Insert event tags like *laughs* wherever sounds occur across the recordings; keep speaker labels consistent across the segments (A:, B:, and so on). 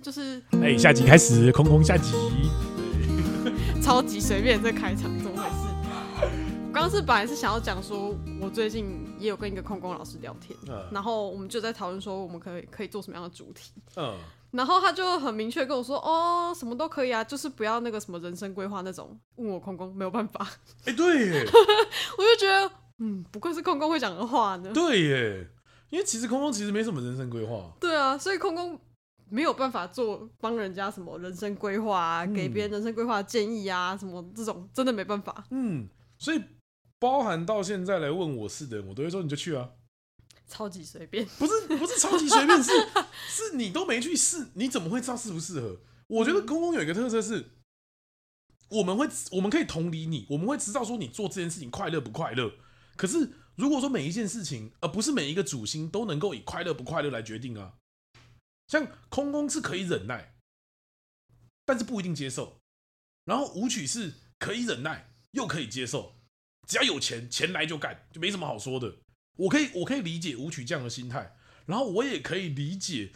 A: 就是
B: 哎，下集开始，空空下集。
A: 超级随便在开场，怎么回事？ *laughs* 我刚刚是本来是想要讲说，我最近也有跟一个空空老师聊天，
B: 嗯
A: 然后我们就在讨论说，我们可以可以做什么样的主题。
B: 嗯，
A: 然后他就很明确跟我说，哦，什么都可以啊，就是不要那个什么人生规划那种。问我空空没有办法， *laughs*
B: 哎，对耶，
A: 我就觉得，嗯，不愧是空空会讲的话呢。
B: 对耶，因为其实空空其实没什么人生规划。
A: 对啊，所以空空没有办法做帮人家什么人生规划啊，给别人人生规划的建议啊，什么这种真的没办法。
B: 嗯，所以包含到现在来问我是的人，我都会说你就去啊，
A: 超级随便，
B: 不是不是超级随便，是 *laughs* 是你都没去试，你怎么会知道适不适合？我觉得空空有一个特色是，我们会我们可以同理你，我们会知道说你做这件事情快乐不快乐。可是如果说每一件事情，而、不是每一个主心都能够以快乐不快乐来决定啊，像空空是可以忍耐，但是不一定接受。然后舞曲是可以忍耐又可以接受，只要有钱，钱来就干，就没什么好说的。我可以我可以理解舞曲这样的心态，然后我也可以理解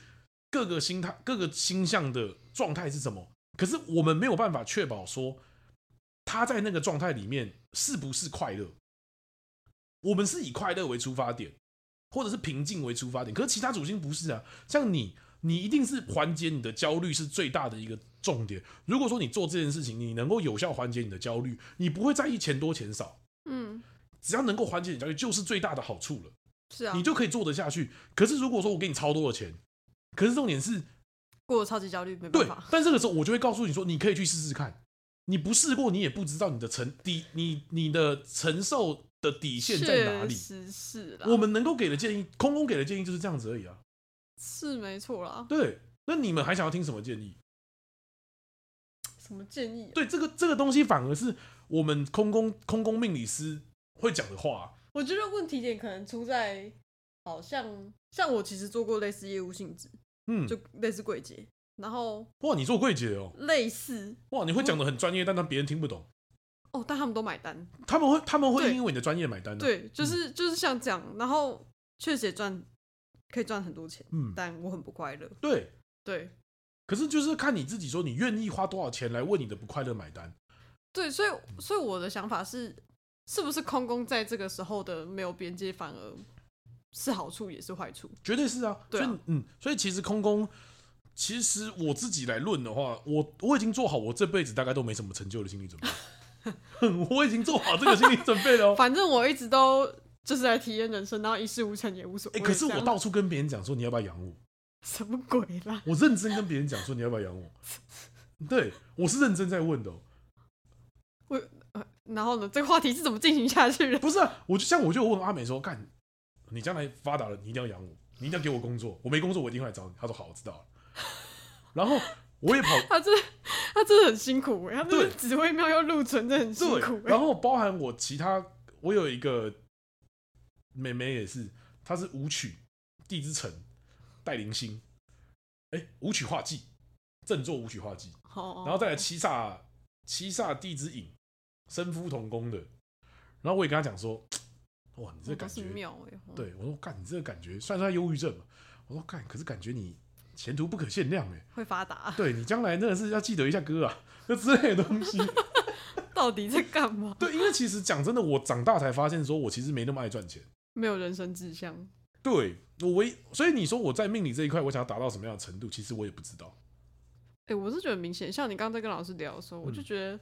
B: 各个心态、各个星象的状态是什么。可是我们没有办法确保说他在那个状态里面是不是快乐。我们是以快乐为出发点，或者是平静为出发点。可是其他主星不是啊，像你，你一定是缓解你的焦虑是最大的一个重点。如果说你做这件事情，你能够有效缓解你的焦虑，你不会在意钱多钱少，
A: 嗯，
B: 只要能够缓解你的焦虑，就是最大的好处了。
A: 是啊
B: 你，就可以做得下去。可是如果说我给你超多的钱，可是重点是
A: 过得超级焦虑，没办
B: 对
A: 法。，
B: 但这个时候我就会告诉你说，你可以去试试看。你不试过，你也不知道你的承底，你你的承受的底线在哪里
A: 确。实是啦，
B: 我们能够给的建议，空空给的建议就是这样子而已啊。
A: 是没错啦。
B: 对，那你们还想要听什么建议？
A: 什么建议啊、
B: 对，这个这个东西反而是我们空空空空命理师会讲的话啊、
A: 我觉得问题点可能出在，好像像我其实做过类似业务性质，
B: 嗯，
A: 就类似柜姐，然后
B: 哇，你做柜姐哦，
A: 类似
B: 哇，你会讲的很专业，但让别人听不懂。
A: 哦，但他们都买单，
B: 他们会他们会
A: 对
B: 因为你的专业买单啊的、
A: 对，就是就是像这样，然后确实也赚可以赚很多钱，
B: 嗯，
A: 但我很不快乐，
B: 对，
A: 对
B: 可是就是看你自己说，你愿意花多少钱来为你的不快乐买单。
A: 对，所
B: 嗯
A: 以所以我的想法是，是不是空工在这个时候的没有边界，反而是好处也是坏处？
B: 绝对是啊，
A: 对啊
B: 所以嗯，所以其实空空，其实我自己来论的话，我我已经做好我这辈子大概都没什么成就的心理准备， *laughs* 我已经做好这个心理准备了哦。
A: 反正我一直都就是来体验人生，然后一事无成也无所
B: 哎、
A: 谓。
B: 可是
A: 这
B: 我
A: 样
B: 到处跟别人讲说你要不要养我，
A: 什么鬼啦？
B: 我认真跟别人讲说你要不要养我， *laughs* 对我是认真在问的、哦，
A: 然后呢，这个话题是怎么进行下去的？
B: 不是、啊，我就像我就问阿美说，干，你将来发达了，你一定要养我，你一定要给我工作，我没工作我一定会来找你。他说好，我知道了。然后我也跑， *laughs*
A: 他真的他真的很辛苦哎、他那
B: 对
A: 个紫薇庙又入存，真的很辛苦哎、
B: 对，然后包含我其他，我有一个妹妹也是，她是舞曲地之城戴灵星，哎、舞曲画技，振作舞曲画技，
A: 好，哦
B: 然后再来七煞七煞地之影，身夫同工的。然后我也跟她讲说，哇，你这
A: 我
B: 感
A: 都是
B: 觉
A: 庙哎、哦，
B: 对我说：“干，你这个感觉，虽然说他忧郁症嘛，我说干，可是感觉你前途不可限量哎，
A: 会发达，
B: 对你将来真的是要记得一下哥啊，就之类的东西。 *laughs*
A: 到底在干嘛？
B: 对，因为其实讲真的，我长大才发现，说我其实没那么爱赚钱。
A: 没有人生志向，
B: 对我唯一，所以你说我在命理这一块，我想要达到什么样的程度，其实我也不知道。
A: 哎、我是觉得明显，像你刚刚在跟老师聊的时候，我就
B: 嗯
A: 觉得。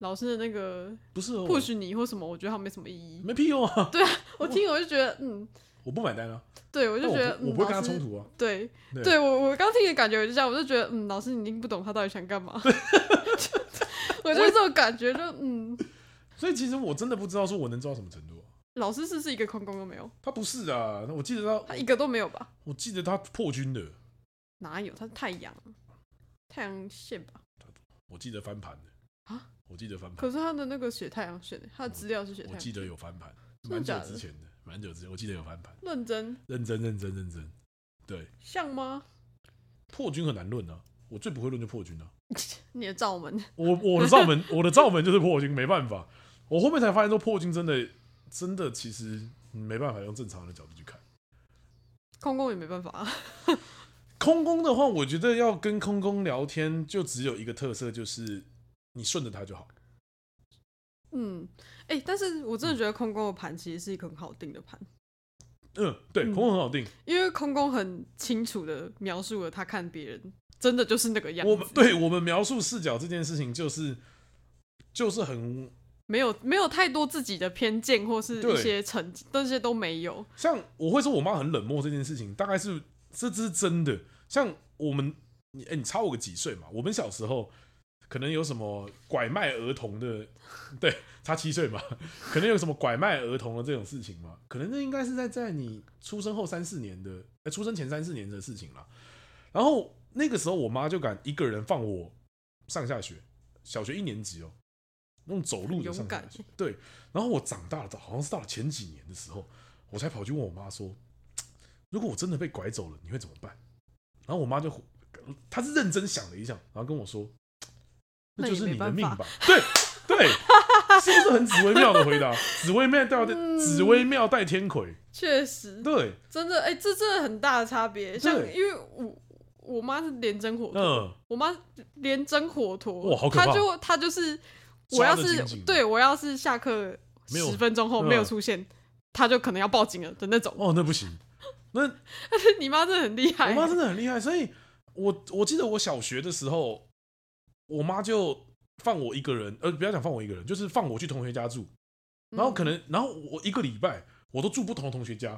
A: 老师的那个
B: 不是哦，
A: 不许你或什么，我觉得他没什么意义。
B: 没屁用啊，
A: 我听我就觉得，嗯，
B: 我不买单啊，
A: 对我就
B: 但
A: 觉
B: 我
A: 得
B: 不我不会
A: 嗯
B: 跟他
A: 老师
B: 冲突啊。
A: 对，
B: 对
A: 对我我刚听你的感觉我就这样，我就觉得嗯，老师你听不懂他到底想干嘛， *laughs* 我就是这种感觉，就嗯，
B: 所以其实我真的不知道说我能做到什么程度啊、
A: 老师是不是一个空工都没有，
B: 他不是啊，那我记得他，
A: 他一个都没有吧？
B: 我记得他破军的，
A: 哪有？他是太阳，太阳线吧？
B: 我记得翻盘的
A: 啊，
B: 我记得翻盘。
A: 可是他的那个写太阳线的，他的资料是写太
B: 我
A: 阳
B: 记
A: 线，
B: 得有翻盘，
A: 真的
B: 蛮久
A: 假的
B: 之前的，蛮久之前，我记得有翻盘，
A: 认真
B: 认真认真认真。对，
A: 像吗？
B: 破军很难论啊，我最不会论就破军啊。
A: 你的罩门，
B: 我我的
A: *laughs*
B: 罩门，我的罩门就是破军，没办法。我后面才发现说破军真的真的其实嗯没办法用正常人的角度去看。
A: 空工也没办法啊，
B: 空宫的话，我觉得要跟空宫聊天，就只有一个特色，就是你顺着他就好。
A: *laughs* 嗯，哎、但是我真的觉得空宫的盘其实是一个很好定的盘，
B: 嗯，对，空宫很好定。
A: 因为空宫很清楚的描述了他看别人真的就是那个样子，
B: 我们对我们描述视角这件事情，就是就是很
A: 没有没有太多自己的偏见或是
B: 对
A: 一些成绩，这些都没有。
B: 像我会说我妈很冷漠这件事情，大概是这这是真的。像我们，你哎、你差我个几岁嘛？我们小时候可能有什么拐卖儿童的， *laughs* 对，差七岁嘛，可能有什么拐卖儿童的这种事情嘛？可能那应该是在在你出生后三四年的，呃出生前三四年的事情啦。然后那个时候，我妈就敢一个人放我上下学，小学一年级哦、用走路的
A: 勇
B: 上下
A: 敢
B: 学。对，然后我长大了，好像是到了前几年的时候，我才跑去问我妈说：“如果我真的被拐走了，你会怎么办？”然后我妈就，她是认真想了一想，然后跟我说：“
A: 那
B: 那
A: 也
B: 就是你
A: 没
B: 的
A: 办
B: 命
A: 法
B: 吧。”对对，是不是很紫微妙的回答？紫微妙带紫微妙带天魁，
A: 确实，
B: 对，
A: 真的，哎、这真的很大的差别。像
B: 对
A: 因为我我妈是连真火
B: 嗯、
A: 陀， *laughs* 我妈连真火陀，
B: 哇好可怕哦
A: 她就她就是我
B: 抓
A: 要
B: 得
A: 是
B: 紧紧的
A: 对我要是下课
B: 没有
A: 十分钟后
B: 嗯
A: 没有出现，她就可能要报警了的那种。 *laughs*
B: 哦，那不行，那
A: 你妈真的很厉害，
B: 我妈真的很厉害，所以我我记得我小学的时候，我妈就放我一个人，呃，不要讲放我一个人，就是放我去同学家住，然后可能，然后我一个礼拜我都住不同的同学家，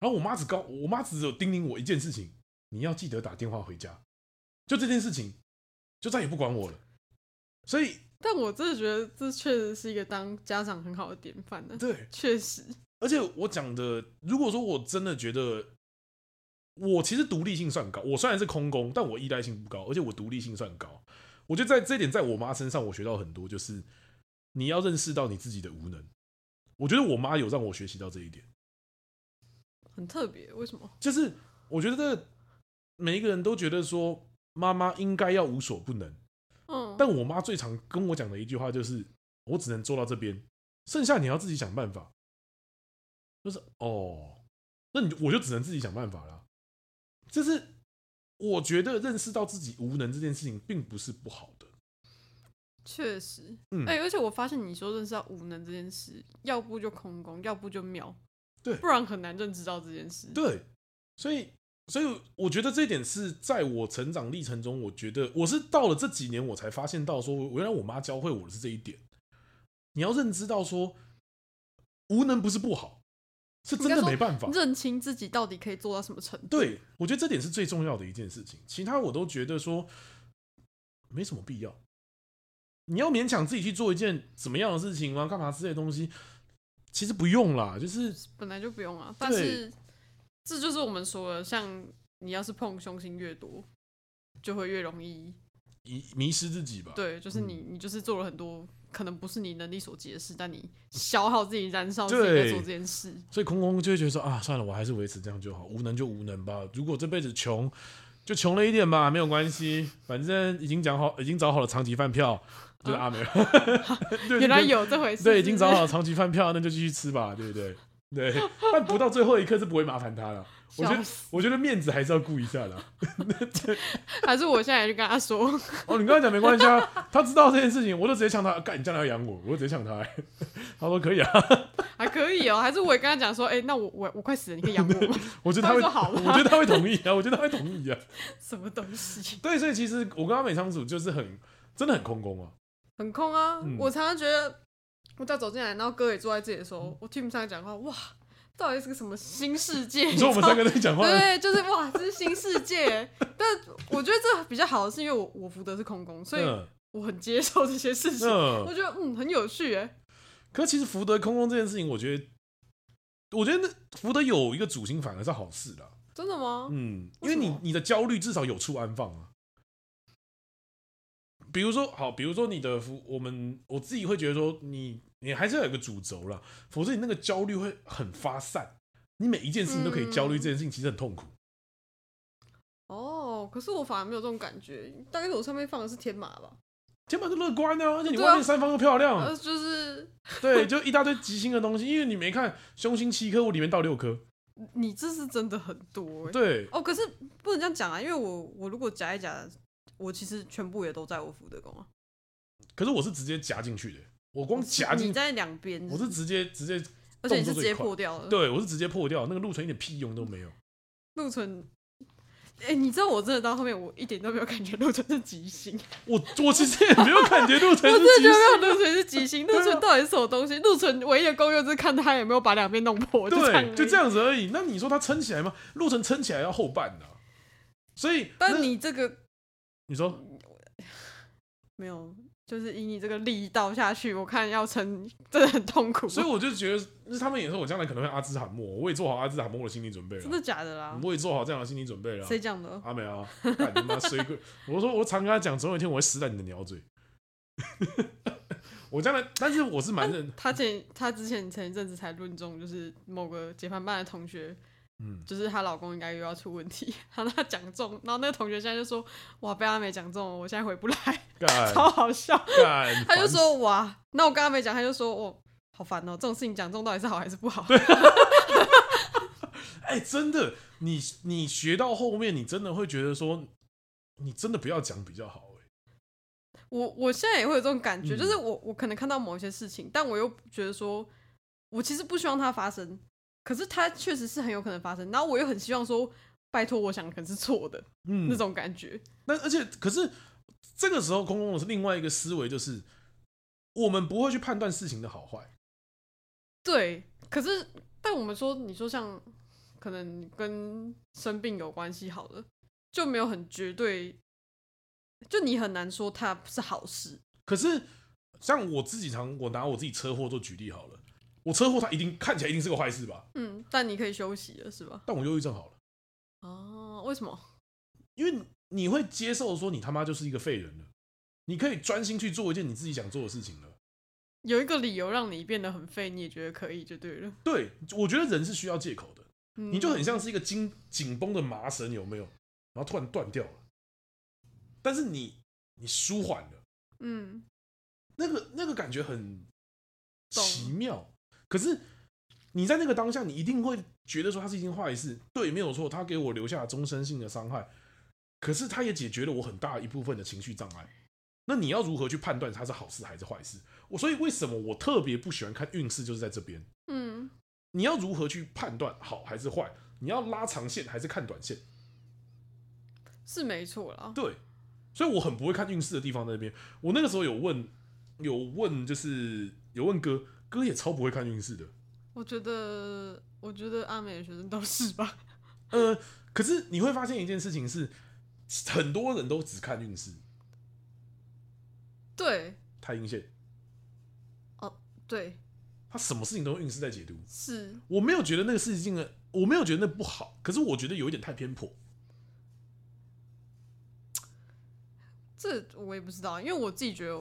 B: 然后我妈只告我妈只有叮咛我一件事情，你要记得打电话回家，就这件事情，就再也不管我了。所以
A: 但我真的觉得这确实是一个当家长很好的典范呢、
B: 对，
A: 确实，
B: 而且我讲的，如果说我真的觉得，我其实独立性算高，我虽然是空工，但我依赖性不高，而且我独立性算高。我觉得在这一点，在我妈身上我学到很多，就是你要认识到你自己的无能。我觉得我妈有让我学习到这一点，
A: 很特别。为什么？
B: 就是我觉得每一个人都觉得说妈妈应该要无所不能，
A: 嗯，
B: 但我妈最常跟我讲的一句话就是：“我只能做到这边，剩下你要自己想办法。”就是哦，那你我就只能自己想办法啦。就是我觉得认识到自己无能这件事情并不是不好的。
A: 确实，
B: 嗯，
A: 哎、而且我发现你说认识到无能这件事，要不就空宫，要不就妙，
B: 对
A: 不然很难认知到这件事。
B: 对，所以所以我觉得这一点是在我成长历程中，我觉得我是到了这几年我才发现到说，原来我妈教会我的是这一点。你要认知到说，无能不是不好，是真
A: 应该
B: 的
A: 说
B: 没办法。
A: 认清自己到底可以做到什么程度。，
B: 对，我觉得这点是最重要的一件事情，其他我都觉得说没什么必要。你要勉强自己去做一件怎么样的事情吗？干嘛之类的东西，其实不用啦，就是
A: 本来就不用啊。但是这就是我们说的，像你要是碰凶星越多，就会越容易。
B: 迷迷失自己吧。，
A: 对，就是你，
B: 嗯
A: 你就是做了很多可能不是你能力所及的事，但你消耗自己、燃烧自己
B: 对
A: 在做这件事。
B: 所以空空就会觉得说啊，算了，我还是维持这样就好，无能就无能吧。如果这辈子穷，就穷了一点吧，没有关系，反正已经讲好，已经找好了长期饭票，就是阿美。 *laughs*
A: *laughs*
B: 对
A: 啊原来
B: 就
A: 有这 *laughs* 回事，
B: 对，已经找
A: 是
B: 好了长期饭票，那就继续吃吧，对不
A: *laughs*
B: 对？对，但不到最后一刻是不会麻烦他了。我觉
A: 笑
B: 得，我觉得面子还是要顾一下啦。
A: 不 *laughs* 是还是我现在就跟他说，
B: 哦，你刚才讲没关系啊，他知道这件事情，我就直接呛他，干，你将来要养我，我就直接呛他、欸 *laughs* 他说可以啊，
A: 还可以哦、还是我也跟他讲说，哎、那我我我快死了，你可以养
B: *laughs*
A: 我吗？
B: 我觉得他会，
A: 他会说好吧
B: 我觉得他会同意啊，我觉得他会同意啊。
A: *laughs* 什么东西？
B: 对，所以其实我跟阿美相处就是很，真的很空空啊。
A: 很空啊！
B: 嗯
A: 我常常觉得，我只要走进来，然后哥也坐在这里的时
B: 嗯
A: 候，我听你们三个讲话，哇，到底是个什么新世界？
B: *laughs* 你说我们
A: 知道
B: 三个在讲话，
A: 对，就是哇，这是新世
B: *laughs*
A: 界。但我觉得这比较好的是，因为我我福德是空宫，所以
B: 嗯
A: 我很接受这些事情，
B: 嗯
A: 我，觉得嗯很有趣哎。
B: 可其实福德空空这件事情，我觉得，我觉得那福德有一个主心反而是好事啦。
A: 真的吗？
B: 嗯，因
A: 为
B: 为
A: 什
B: 你
A: 么
B: 你的焦虑至少有处安放啊。比如说，好，比如说你的服，我们我自己会觉得说你，你还是要有个主轴啦，否则你那个焦虑会很发散。你每一件事情都可以焦虑，
A: 嗯
B: 这件事情其实很痛苦。
A: 哦，可是我反而没有这种感觉，大概是我上面放的是天马吧，
B: 天马就乐观啊，而且你
A: 对
B: 外
A: 啊
B: 面三方又漂亮，
A: 呃，就是 *laughs*
B: 对，就一大堆吉星的东西。因为你没看凶星七颗，我里面倒六颗，
A: 你这是真的很多、欸。
B: 对，
A: 哦，可是不能这样讲啊，因为我我如果夹一夹，我其实全部也都在我福德宫啊。
B: 可是我是直接夹进去的，我光夹
A: 你
B: 进，
A: 在两边，
B: 我是直接直接，
A: 而且你是直
B: 动作最
A: 接
B: 快
A: 破掉了。
B: 对我是直接破掉，那个路程一点屁用都没有。
A: 陆存，哎、你知道我真的到后面，我一点都没有感觉陆存是吉星，
B: 我我其实也没有感觉路
A: *laughs*
B: 程
A: 我
B: 是
A: 真的觉得
B: 急事，
A: 没有陆存是吉
B: *laughs*
A: 星。
B: 啊
A: 陆存到底是什么东西？陆存唯一的功用就是看他有没有把两边弄破，就这样而
B: 对，
A: 已
B: 就这。样子而已。那你说它撑起来吗？路程撑起来要后半的、所以那
A: 但你这个
B: 你说
A: 没有，就是以你这个力道下去，我看要撑真的很痛苦。啊
B: 所以我就觉得，那他们也说我将来可能会阿兹海默，我也做好阿兹海默的心理准备
A: 真
B: 了，
A: 的假的啦？
B: 我也做好这样的心理准备了。
A: 谁讲的？
B: 阿美啊，干你妈
A: *laughs*
B: 水鬼！我说我常跟他讲，总有一天我会死在你的鸟嘴。 *laughs* 我将来，但是我是
A: *laughs*
B: 蛮认，
A: 他前他之前前一阵子才论中，就是某个解放班的同学，
B: 嗯，
A: 就是她老公应该又要出问题， *laughs* 她让她讲中，然后那个同学现在就说哇被阿美讲中了，我现在回不来， *laughs*
B: 干
A: 超好
B: *laughs*
A: 笑。
B: 干，
A: 他就
B: 烦死
A: 说哇，那我跟阿美讲，他就说哦好烦哦，这种事情讲中到底是好还是不好？
B: 哎、真的，你你学到后面，你真的会觉得说，你真的不要讲比较好、哎，
A: 我我现在也会有这种感觉，
B: 嗯
A: 就是我我可能看到某一些事情，但我又觉得说，我其实不希望它发生，可是它确实是很有可能发生，然后我又很希望说，拜托，我想的可能是错的、
B: 嗯
A: 那种感觉。
B: 那而且可是这个时候，公公的是另外一个思维，就是我们不会去判断事情的好坏。
A: 对，可是但我们说，你说像可能跟生病有关系好了，就没有很绝对，就你很难说它是好事。
B: 可是像我自己常，我拿我自己车祸做举例好了，我车祸它一定看起来一定是个坏事吧？
A: 嗯，但你可以休息了，是吧？
B: 但我忧郁症好了，
A: 哦，为什么？
B: 因为你会接受说你他妈就是一个废人了，你可以专心去做一件你自己想做的事情了。
A: 有一个理由让你变得很废，你也觉得可以就对了。
B: 对，我觉得人是需要借口的。
A: 嗯
B: 你就很像是一个紧紧绷的麻绳，有没有？然后突然断掉了，但是你你舒缓了，
A: 嗯，
B: 那个那个感觉很
A: 懂
B: 奇妙。可是你在那个当下，你一定会觉得说它是一件坏事，对，没有错，它给我留下了终身性的伤害。可是它也解决了我很大一部分的情绪障碍。那你要如何去判断它是好事还是坏事？我所以为什么我特别不喜欢看运势，就是在这边。
A: 嗯，
B: 你要如何去判断好还是坏？你要拉长线还是看短线？
A: 是没错啦。
B: 对，所以我很不会看运势的地方在那边。我那个时候有问，有问就是有问哥，哥也超不会看运势的。
A: 我觉得，我觉得阿美的学生都是吧。
B: 呃，可是你会发现一件事情是，很多人都只看运势，
A: 对
B: 太阴线，
A: 对，
B: 他什么事情都用运势在解读。
A: 是
B: 我没有觉得那个事情的，我没有觉得那不好，可是我觉得有一点太偏颇。
A: 这我也不知道，因为我自己觉得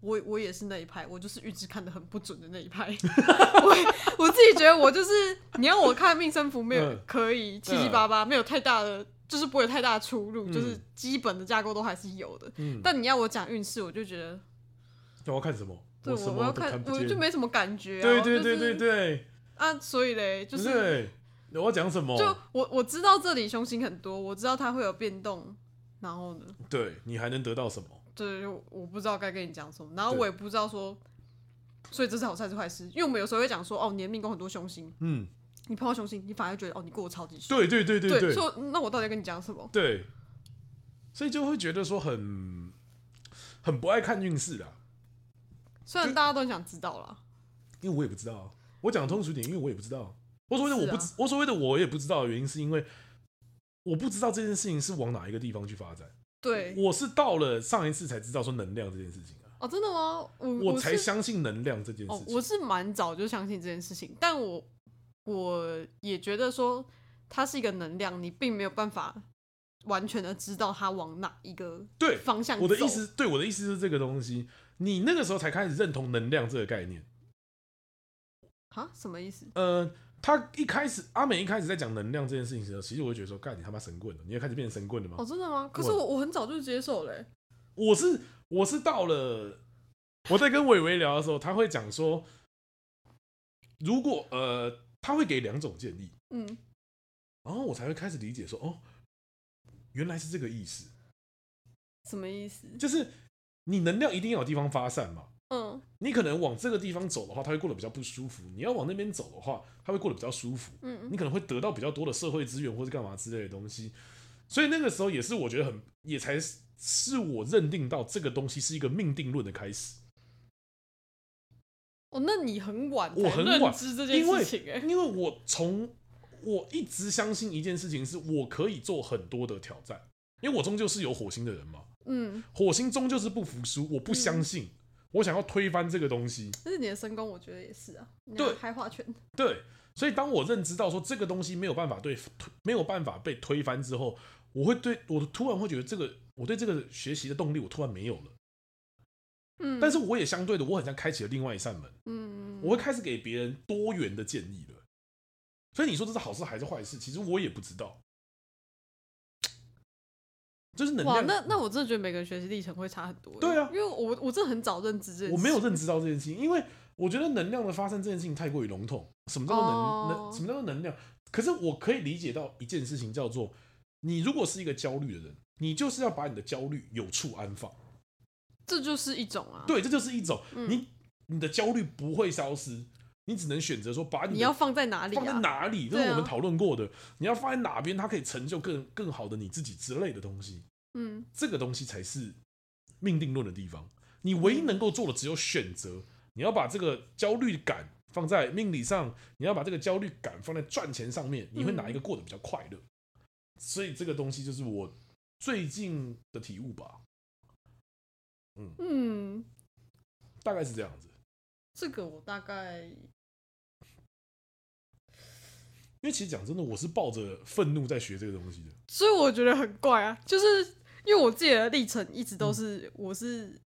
A: 我，我也是那一派，我就是预知看的很不准的那一派。 *laughs* 我我自己觉得我就是，你让我看命生符没有、
B: 嗯
A: 可以七七八八，没有太大的，就是不会有太大的出入，
B: 嗯
A: 就是基本的架构都还是有的。
B: 嗯，
A: 但你要我讲运势，我就觉得，
B: 那我要看什么？
A: 对
B: 什
A: 我我
B: 么
A: 要
B: 都
A: 看
B: 看，不
A: 我
B: 见。
A: 就没什么感觉、啊。
B: 对
A: 我
B: 对对
A: 就
B: 对
A: 是
B: 对
A: 啊，所以嘞，就是
B: 对，哦我要讲什么？
A: 就我我知道这里凶星很多，我知道它会有变动，然后呢，
B: 对你还能得到什么？
A: 对，我我不知道该跟你讲什么，然后
B: 对
A: 我也不知道说，所以这是好事还是坏事？因为我们有时候会讲说，哦，你的命宫很多凶星，
B: 嗯，
A: 你碰到凶星，你反而觉得哦，你过得超级爽，
B: 对对对对对
A: 所以那我到底跟你讲什么？
B: 对所以就会觉得说很很不爱看运势啦，
A: 虽然大家都很想知道啦，
B: 因为我也不知道啊，我讲通俗一点，因为我也不知道。我所谓的我不知，
A: 是
B: 我所谓的我也不知道的原因，是因为我不知道这件事情是往哪一个地方去发展。
A: 对，
B: 我是到了上一次才知道说能量这件事情啊，
A: 哦，真的吗？我
B: 我才
A: 是
B: 相信能量这件
A: 哦
B: 事，情。啊
A: 我是蛮早就相信这件事情，但我我也觉得说它是一个能量，你并没有办法完全的知道它往哪一个
B: 对
A: 方向
B: 我的
A: 走
B: 意思，对我的意思是这个东西，你那个时候才开始认同能量这个概念。
A: 啊，什么意思？
B: 呃，他一开始阿美一开始在讲能量这件事情的时候，其实我就觉得说，干你他妈神棍了，你也开始变成神棍了吗？
A: 哦，真的吗？可是我我很早就接受了欸、
B: 我是我是到了我在跟伟伟聊的时候，他会讲说，如果呃他会给两种建议，
A: 嗯，
B: 然后我才会开始理解说，哦，原来是这个意思，
A: 什么意思？
B: 就是你能量一定要有地方发散嘛。
A: 嗯
B: 你可能往这个地方走的话，他会过得比较不舒服；你要往那边走的话，他会过得比较舒服。
A: 嗯
B: 你可能会得到比较多的社会资源或是干嘛之类的东西。所以那个时候也是我觉得很，也才是是我认定到这个东西是一个命定论的开始。
A: 哦，那你很晚
B: 我
A: 才
B: 很
A: 认
B: 晚
A: 知这件
B: 因为
A: 事情、欸，哎，
B: 因为我从我一直相信一件事情，是我可以做很多的挑战，因为我终究是有火星的人嘛，
A: 嗯，
B: 火星终究是不服输，我不相信，我想要推翻这个东西。
A: 但是你的身宫，我觉得也是啊，你
B: 对
A: 要开化权，
B: 对，所以当我认知到说这个东西没有办法对没有办法被推翻之后，我会对我突然会觉得这个我对这个学习的动力我突然没有了，
A: 嗯，
B: 但是我也相对的我很像开启了另外一扇门，
A: 嗯，
B: 我会开始给别人多元的建议了。所以你说这是好事还是坏事？其实我也不知道，就是能
A: 哇，
B: 量。
A: 那那我真的觉得每个人学习历程会差很多、欸，
B: 对啊
A: 因为我我真的很早认知这件事，
B: 我没有认知到这件事情，因为我觉得能量的发散这件事情太过于笼统。什么叫做能、
A: 哦
B: 能？什么叫做能量？可是我可以理解到一件事情，叫做你如果是一个焦虑的人，你就是要把你的焦虑有处安放。
A: 这就是一种啊，，
B: 对，这就是一种、
A: 嗯
B: 你你的焦虑不会消失，你只能选择说把你的
A: 你要放在哪里
B: 放在
A: 啊？
B: 哪里，这
A: 对
B: 是
A: 啊
B: 我们讨论过的。你要放在哪边，它可以成就更更好的你自己之类的东西。
A: 嗯，
B: 这个东西才是命定论的地方。你唯一能够做的只有选择，你要把这个焦虑感放在命理上，你要把这个焦虑感放在赚钱上面，你会哪一个过得比较快乐？所以这个东西就是我最近的体悟吧，
A: 嗯，
B: 大概是这样子。
A: 这个我大概
B: 因为其实讲真的，我是抱着愤怒在学这个东西的。
A: 所以我觉得很怪啊，就是因为我自己的历程一直都是、我是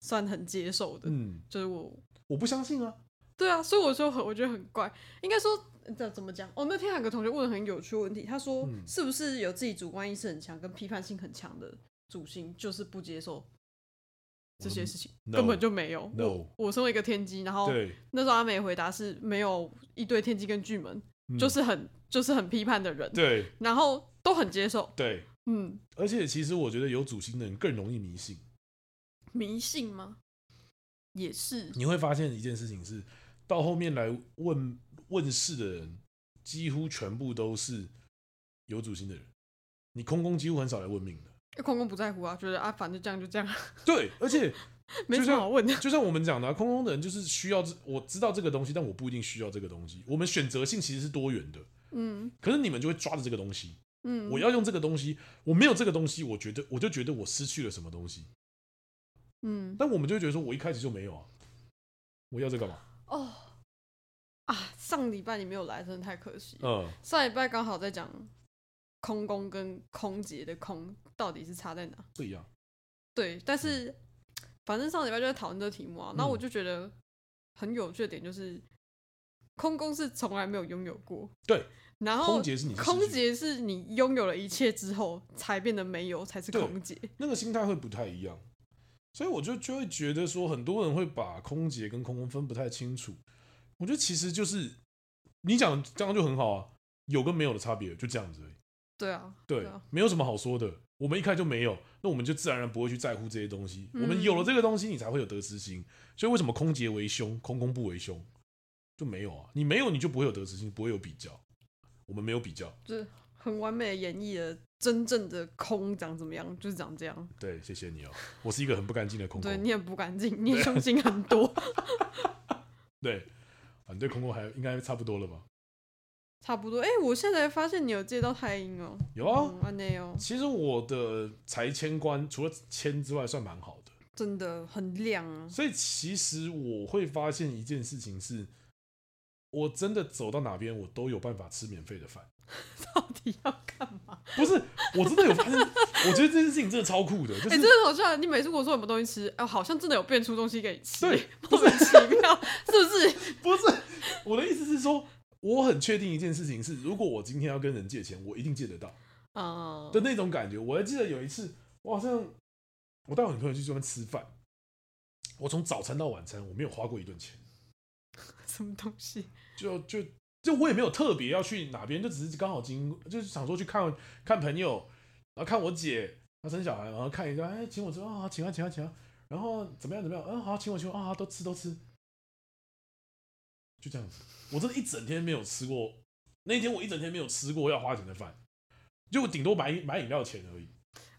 A: 算很接受的，
B: 嗯，
A: 就是我
B: 我不相信啊。
A: 对啊，所以我说很我觉得很怪，应该说这怎么讲？哦，那天还有个同学问了很有趣的问题，他说
B: 嗯
A: 是不是有自己主观意识很强跟批判性很强的主星就是不接受这些事情，
B: 嗯 No
A: 根本就没有。
B: No
A: 我我身为一个天机，然后
B: 对，
A: 那时候阿美回答是没有一对天机跟巨门，就是很就是很批判的人，
B: 嗯对
A: 然后都很接受，
B: 对，
A: 嗯，
B: 而且其实我觉得有主心的人更容易迷信。
A: 迷信吗？也是，
B: 你会发现一件事情是，到后面来问问世的人，几乎全部都是有主心的人。你空宫几乎很少来问命的。
A: 空空不在乎啊，觉得啊，反正这样就这样，
B: 对，而且
A: 没什么好问的。
B: 就像我们讲的、啊，空宫的人就是需要这，我知道这个东西，但我不一定需要这个东西。我们选择性其实是多元的，
A: 嗯
B: 可是你们就会抓着这个东西。
A: 嗯，
B: 我要用这个东西，我没有这个东西，我觉得我就觉得我失去了什么东西。
A: 嗯
B: 但我们就会觉得说，我一开始就没有啊，我要这干嘛？
A: 哦啊，上礼拜你没有来，真的太可惜了。
B: 嗯，
A: 上礼拜刚好在讲空工跟空姐的空到底是差在哪？
B: 不一样。
A: 对，但
B: 嗯
A: 是反正上礼拜就在讨论这个题目啊，然后我就觉得很有趣的点就是，空工是从来没有拥有过，
B: 对，
A: 然后
B: 空姐是你的失去
A: 空姐是你拥有了一切之后才变得没有，才是
B: 对
A: 空姐。
B: 那个心态会不太一样，所以我就就会觉得说，很多人会把空姐跟空空分不太清楚。我觉得其实就是你讲这样就很好啊，有跟没有的差别就这样子而已。
A: 对啊，
B: 对
A: 啊，
B: 没有什么好说的。我们一看就没有，那我们就自然而然不会去在乎这些东西。
A: 嗯
B: 我们有了这个东西，你才会有得失心。所以为什么空姐为凶，空空不为凶，就没有啊？你没有，你就不会有得失心，不会有比较。我们没有比较，
A: 就是很完美的演绎了真正的空长怎么样，就是长这样。
B: 对，谢谢你哦、我是一个很不干净的空空
A: 对，，你也不干净，你也胸襟很多， *laughs*
B: 对，啊，你对空空还应该差不多了吧？
A: 差不多。哎、我现在才发现你有接到太音哦、
B: 有啊，
A: 嗯，安内哦，
B: 其实我的财签观除了签之外算蛮好的，
A: 真的很亮啊。 *laughs*
B: 所以其实我会发现一件事情是，我真的走到哪边我都有办法吃免费的饭，
A: 到底要干嘛？
B: 不是我真的有发现，我觉得这件事情真的超酷的，就
A: 哎、
B: 是、
A: 真的好像你每次跟我说有没有东西吃，哦，好像真的有变出东西给你吃，
B: 对
A: 莫名其妙，是不
B: *laughs*
A: 是？
B: 不是我的意思是说，我很确定一件事情是，如果我今天要跟人借钱，我一定借得到
A: 嗯，
B: 的那种感觉。我还记得有一次，我好像我带我女朋友去专门吃饭，我从早餐到晚餐我没有花过一顿钱。
A: 什么东西？
B: 就就就我也没有特别要去哪边，就只是刚好经，就是想说去看看朋友，然后看我姐她生小孩，然后看一下，哎，请我吃啊，好请啊，请啊，请啊，然后怎么样怎么样，嗯，好，请我请我啊，好都吃都吃，就这样子。我真的一整天没有吃过，那一天我一整天没有吃过要花钱的饭，就我顶多买买饮料钱而已。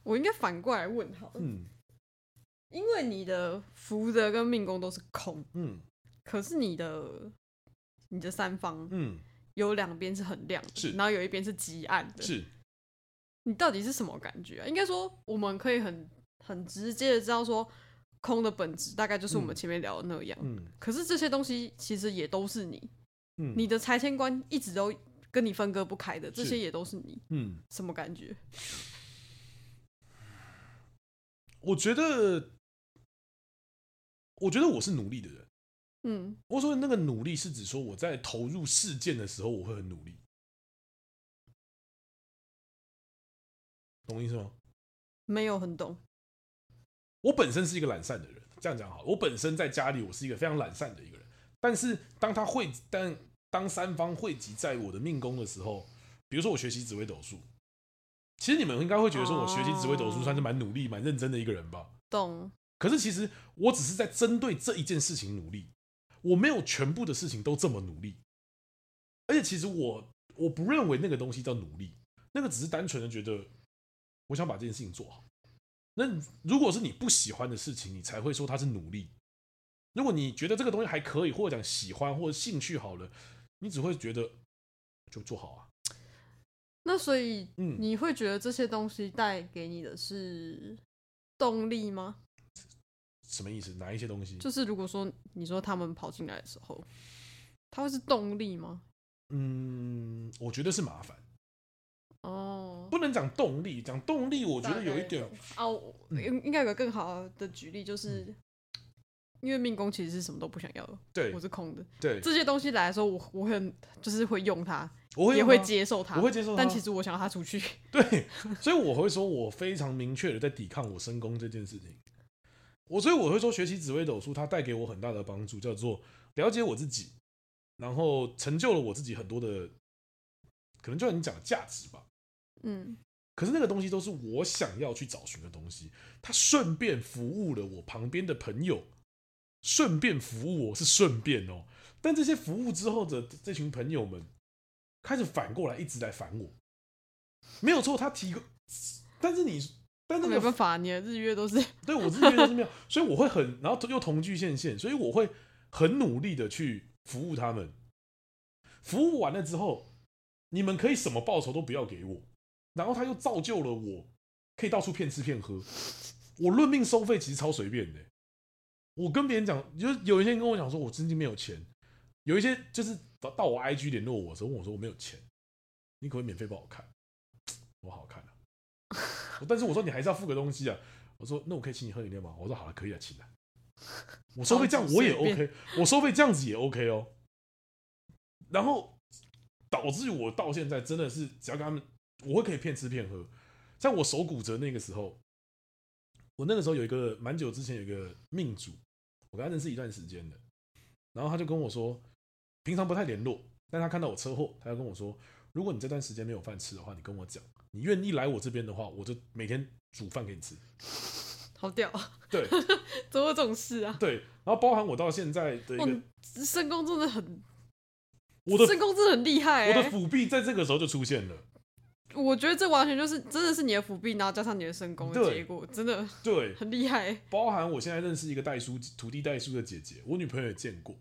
A: 我应该反过来问好了，
B: 嗯
A: 因为你的福德跟命宫都是空，
B: 嗯
A: 可是你的你的三方
B: 嗯，
A: 有两边是很亮的，
B: 是
A: 然后有一边是极暗的，
B: 是
A: 你到底是什么感觉啊？应该说，我们可以很很直接的知道说，空的本质大概就是我们
B: 嗯
A: 前面聊的那样。
B: 嗯
A: 可是这些东西其实也都是你，
B: 嗯
A: 你的拆迁观一直都跟你分割不开的，这
B: 是
A: 些也都是你，
B: 嗯。
A: 什么感觉？
B: 我觉得，我觉得我是努力的人。
A: 嗯
B: 我说的那个努力是指说我在投入事件的时候，我会很努力，懂意思吗？
A: 没有很懂。
B: 我本身是一个懒散的人，这样讲好了。我本身在家里，我是一个非常懒散的一个人。但是当他汇，但当三方汇集在我的命宫的时候，比如说我学习紫微斗数，其实你们应该会觉得说我学习紫微斗数算是蛮努力、蛮认真的一个人吧？
A: 懂，
B: 可是其实我只是在针对这一件事情努力，我没有全部的事情都这么努力。而且其实我我不认为那个东西叫努力，那个只是单纯的觉得我想把这件事情做好。那如果是你不喜欢的事情，你才会说它是努力。如果你觉得这个东西还可以，或者讲喜欢或者兴趣好了，你只会觉得就做好啊。
A: 那所以
B: 嗯，
A: 你会觉得这些东西带给你的是动力吗？
B: 什么意思？哪一些东西？
A: 就是如果说你说他们跑进来的时候，它会是动力吗？
B: 嗯，我觉得是麻烦，
A: 哦，
B: 不能讲动力。讲动力，我觉得有一点
A: 大概懂啊，我
B: 嗯
A: 应应该有个更好的举例，就是、因为命宫其实是什么都不想要的，
B: 对
A: 我是空的。
B: 对，
A: 这些东西来的时候，我我会很就是会用它，
B: 我会
A: 也
B: 用
A: 会
B: 它，
A: 接受它，
B: 我会接受它。
A: 但其实我想要它出
B: *laughs*
A: 去。
B: 对，所以我会说，我非常明确的在抵抗我身宫这件事情。我所以我会说，学习紫微斗数，它带给我很大的帮助，叫做了解我自己，然后成就了我自己很多的，可能就像你讲的价值吧。
A: 嗯，
B: 可是那个东西都是我想要去找寻的东西，它顺便服务了我旁边的朋友，顺便服务我是顺便哦。但这些服务之后的这这群朋友们，开始反过来一直来烦我，没有错，他提供，但是你，但那
A: 没办
B: 个
A: 法，你的日月都是
B: *laughs* 对我是觉得是没有，所以我会很，然后又同居线线，所以我会很努力的去服务他们。服务完了之后，你们可以什么报酬都不要给我，然后他又造就了我可以到处骗吃骗喝。我论命收费其实超随便的、我跟别人讲，就是有一些人跟我讲说我真的没有钱，有一些就是到到我 IG 联络我的时候问我说我没有钱，你可不可以免费帮我看？我好看啊，但是我说你还是要付个东西啊。我说那我可以请你喝饮料吗？我说好了，可以啊，请啊。我收费这样我也
A: 超级随
B: OK，我收费这样子也 OK 哦。然后导致我到现在真的是，只要跟他们，我会可以骗吃骗喝。像我手骨折那个时候，我那个时候有一个蛮久之前有一个命主，我跟他认识一段时间的，然后他就跟我说，平常不太联络，但他看到我车祸，他就跟我说，如果你这段时间没有饭吃的话，你跟我讲，你愿意来我这边的话，我就每天煮饭给你吃。
A: 好屌，
B: 对 *laughs*
A: 怎么会有这种事啊？
B: 对，然后包含我到现在的一
A: 哇，
B: 个
A: 你深宫真的很，
B: 我的
A: 深宫真的很厉害、
B: 我的
A: 欸。
B: 辅币在这个时候就出现了。
A: 我觉得这完全就是真的是你的伏笔，然后加上你的深宫的
B: 对
A: 结果，真的
B: 对，
A: 很厉害、欸。
B: 包含我现在认识一个代书土地代书的姐姐，我女朋友也见过，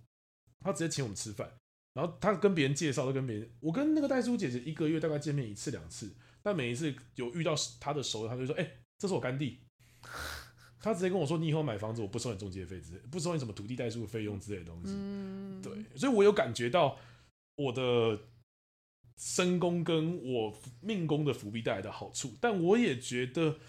B: 她直接请我们吃饭，然后她跟别人介绍，都跟别人，我跟那个代书姐姐一个月大概见面一次两次，但每一次有遇到她的熟人，她就说：“哎、这是我干弟。” *laughs* 她直接跟我说：“你以后买房子，我不收你中介费之类，不收你什么土地代书的费用之类的东西。
A: 嗯，
B: 对，所以我有感觉到我的身宫跟我命宫的伏笔带来的好处，但我也觉得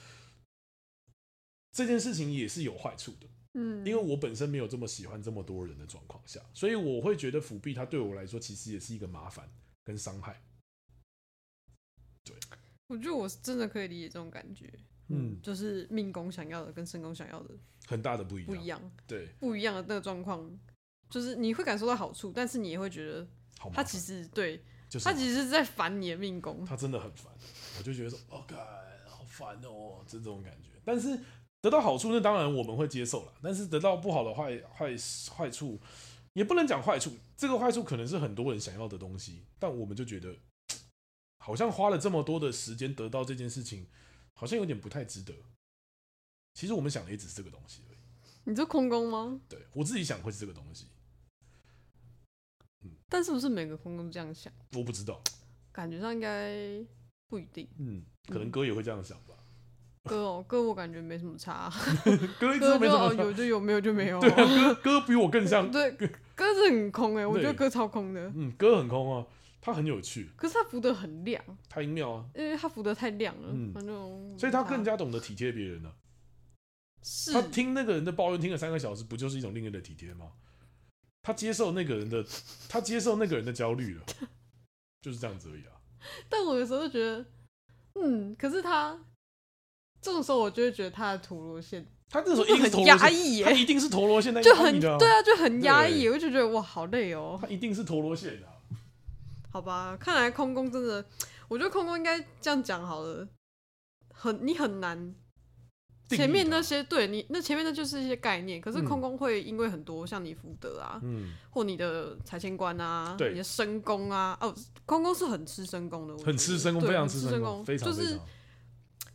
B: 这件事情也是有坏处的，
A: 嗯，
B: 因为我本身没有这么喜欢这么多人的状况下，所以我会觉得伏笔它对我来说其实也是一个麻烦跟伤害。
A: 我觉得我是真的可以理解这种感觉，
B: 嗯，
A: 就是命宫想要的跟身宫想要的
B: 很大的不一样，
A: 不一样，
B: 对，
A: 不一样的那个状况，就是你会感受到好处，但是你也会觉得
B: 好麻
A: 他
B: 烦，
A: 其实对
B: 就是
A: 他其实是在烦你的命宫，
B: 他真的很烦，我就觉得说，哦，干，好烦哦，这种感觉。但是得到好处，那当然我们会接受了，但是得到不好的坏坏坏处，也不能讲坏处，这个坏处可能是很多人想要的东西，但我们就觉得，嘖好像花了这么多的时间得到这件事情，好像有点不太值得。其实我们想的也只是这个东西而已。
A: 你这空宫吗？
B: 对我自己想会是这个东西，
A: 但是不是每个空宫这样想？
B: 我不知道，
A: 感觉上应该不一定。
B: 嗯，可能哥也会这样想吧。
A: 哥
B: *laughs*
A: 哦，哥我感觉没什么差，
B: 哥一直
A: 哥
B: 都
A: 就
B: 没怎么
A: 哦
B: 想，
A: 有就有，没有就没有。
B: *laughs* 对啊，哥哥比我更像
A: 对，歌是很空哎、我觉得
B: 对
A: 歌超空的，
B: 嗯，歌很空啊，它很有趣，
A: 可是他浮得很亮，
B: 它音妙啊，
A: 因为他浮得太亮了，
B: 嗯
A: 反正
B: 所以他更
A: 加
B: 加懂得体贴别人了、
A: 是
B: 他听那个人的抱怨，听了三个小时，不就是一种另类的体贴吗？他接受那个人的，他接受那个人的焦虑了，就是这样子而已啊。
A: 但我有时候就觉得，嗯，可是他这种时候我就会觉得他的陀螺线
B: 他那时候一
A: 就
B: 定是
A: 很
B: 陀螺
A: 压
B: 线，
A: 抑耶、
B: *laughs* 他一定是陀螺线在
A: 就
B: 压
A: 很
B: 你的、啊，
A: 对，啊，就很压抑，
B: 对
A: 我就觉得哇，好累哦、
B: 他一定是陀螺线的啊、
A: 好吧，看来空宫真的，我觉得空宫应该这样讲好了，很你很难。
B: 定义
A: 前面
B: 的
A: 那
B: 啊，
A: 些对你，那前面那就是一些概念，可是
B: 嗯
A: 空宫会因为很多像你福德啊，
B: 嗯，
A: 或你的财迁官啊，
B: 对
A: 你的身宫啊，哦，空宫是很吃身宫的，我觉得
B: 很吃身工，
A: 对
B: 非常
A: 很
B: 吃
A: 身
B: 身工，非常
A: 就
B: 非
A: 是
B: 常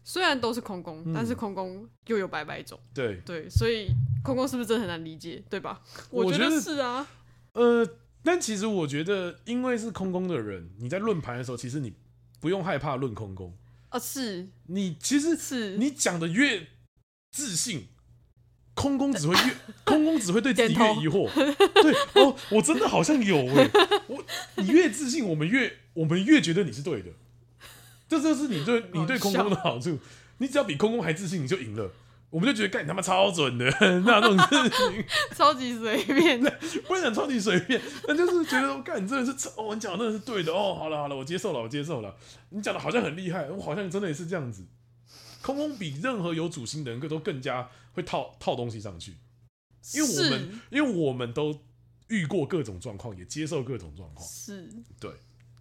A: 虽然都是空宫，
B: 嗯
A: 但是空宫又有百百种，
B: 对。
A: 对，所以空宫是不是真的很难理解，对吧？
B: 我
A: 觉
B: 觉得
A: 是啊，
B: 呃，但其实我觉得，因为是空宫的人，你在论盘的时候，其实你不用害怕论空宫，
A: 啊是
B: 你其实
A: 是，
B: 你讲的越自信，空宫只会越 *laughs* 空宫只会对自己
A: 点
B: 越
A: 头
B: 疑惑。对哦，我真的好像有哎、我你越自信，我们越我们越觉得你是对的。这就是你对你对空宫的好处。你只要比空宫还自信，你就赢了。我们就觉得干你他妈超准的 *laughs* 那种事情，
A: 超级随便，
B: 不能讲超级随便，那就是觉得干你真的是超，哦，你讲的真的是对的哦。好了好了，我接受了，我接受了。你讲的好像很厉害，我好像真的也是这样子。空空比任何有主心的人都更加会套套东西上去， *laughs* 因为我们哦因为我们都遇过各种状况，也接受各种状况。
A: 是是
B: 对，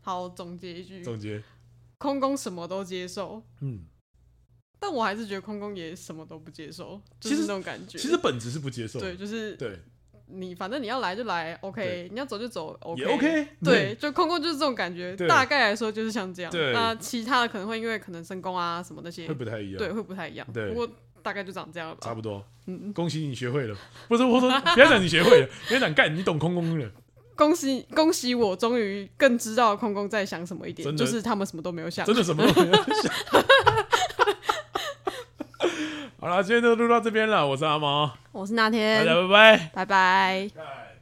A: 好总结一句，
B: 总结，
A: 空宫什么都接受，
B: 嗯，
A: 但我还是觉得空宫也什么都不接受，就
B: 其
A: 是
B: 实
A: 那种感觉，
B: 其实本质是不接受，
A: 对，就是
B: 对，
A: 你反正你要来就来，OK，你要走就走，OK，
B: 也 OK，嗯
A: 对，就空空就是这种感觉，
B: 对
A: 大概来说就是像这样。
B: 对
A: 那其他的可能会因为可能身宫啊什么那些
B: 会，不太一样，
A: 对，会不太一样。
B: 对
A: 不过大概就长这样了吧。
B: 差不多。
A: 嗯，
B: 恭喜你学会了，不是我说，不要讲你学会了， *laughs* 不要讲干，你懂空空了，
A: 恭喜恭喜我，终于更知道空空在想什么一点，
B: 真
A: 就
B: 的
A: 是他们什么都没有想
B: *laughs* 真。的什么都没有想。好了，今天就录到这边了，我是阿毛，
A: 我是那
B: 大
A: 天，
B: 家拜拜。
A: 拜拜。
B: 看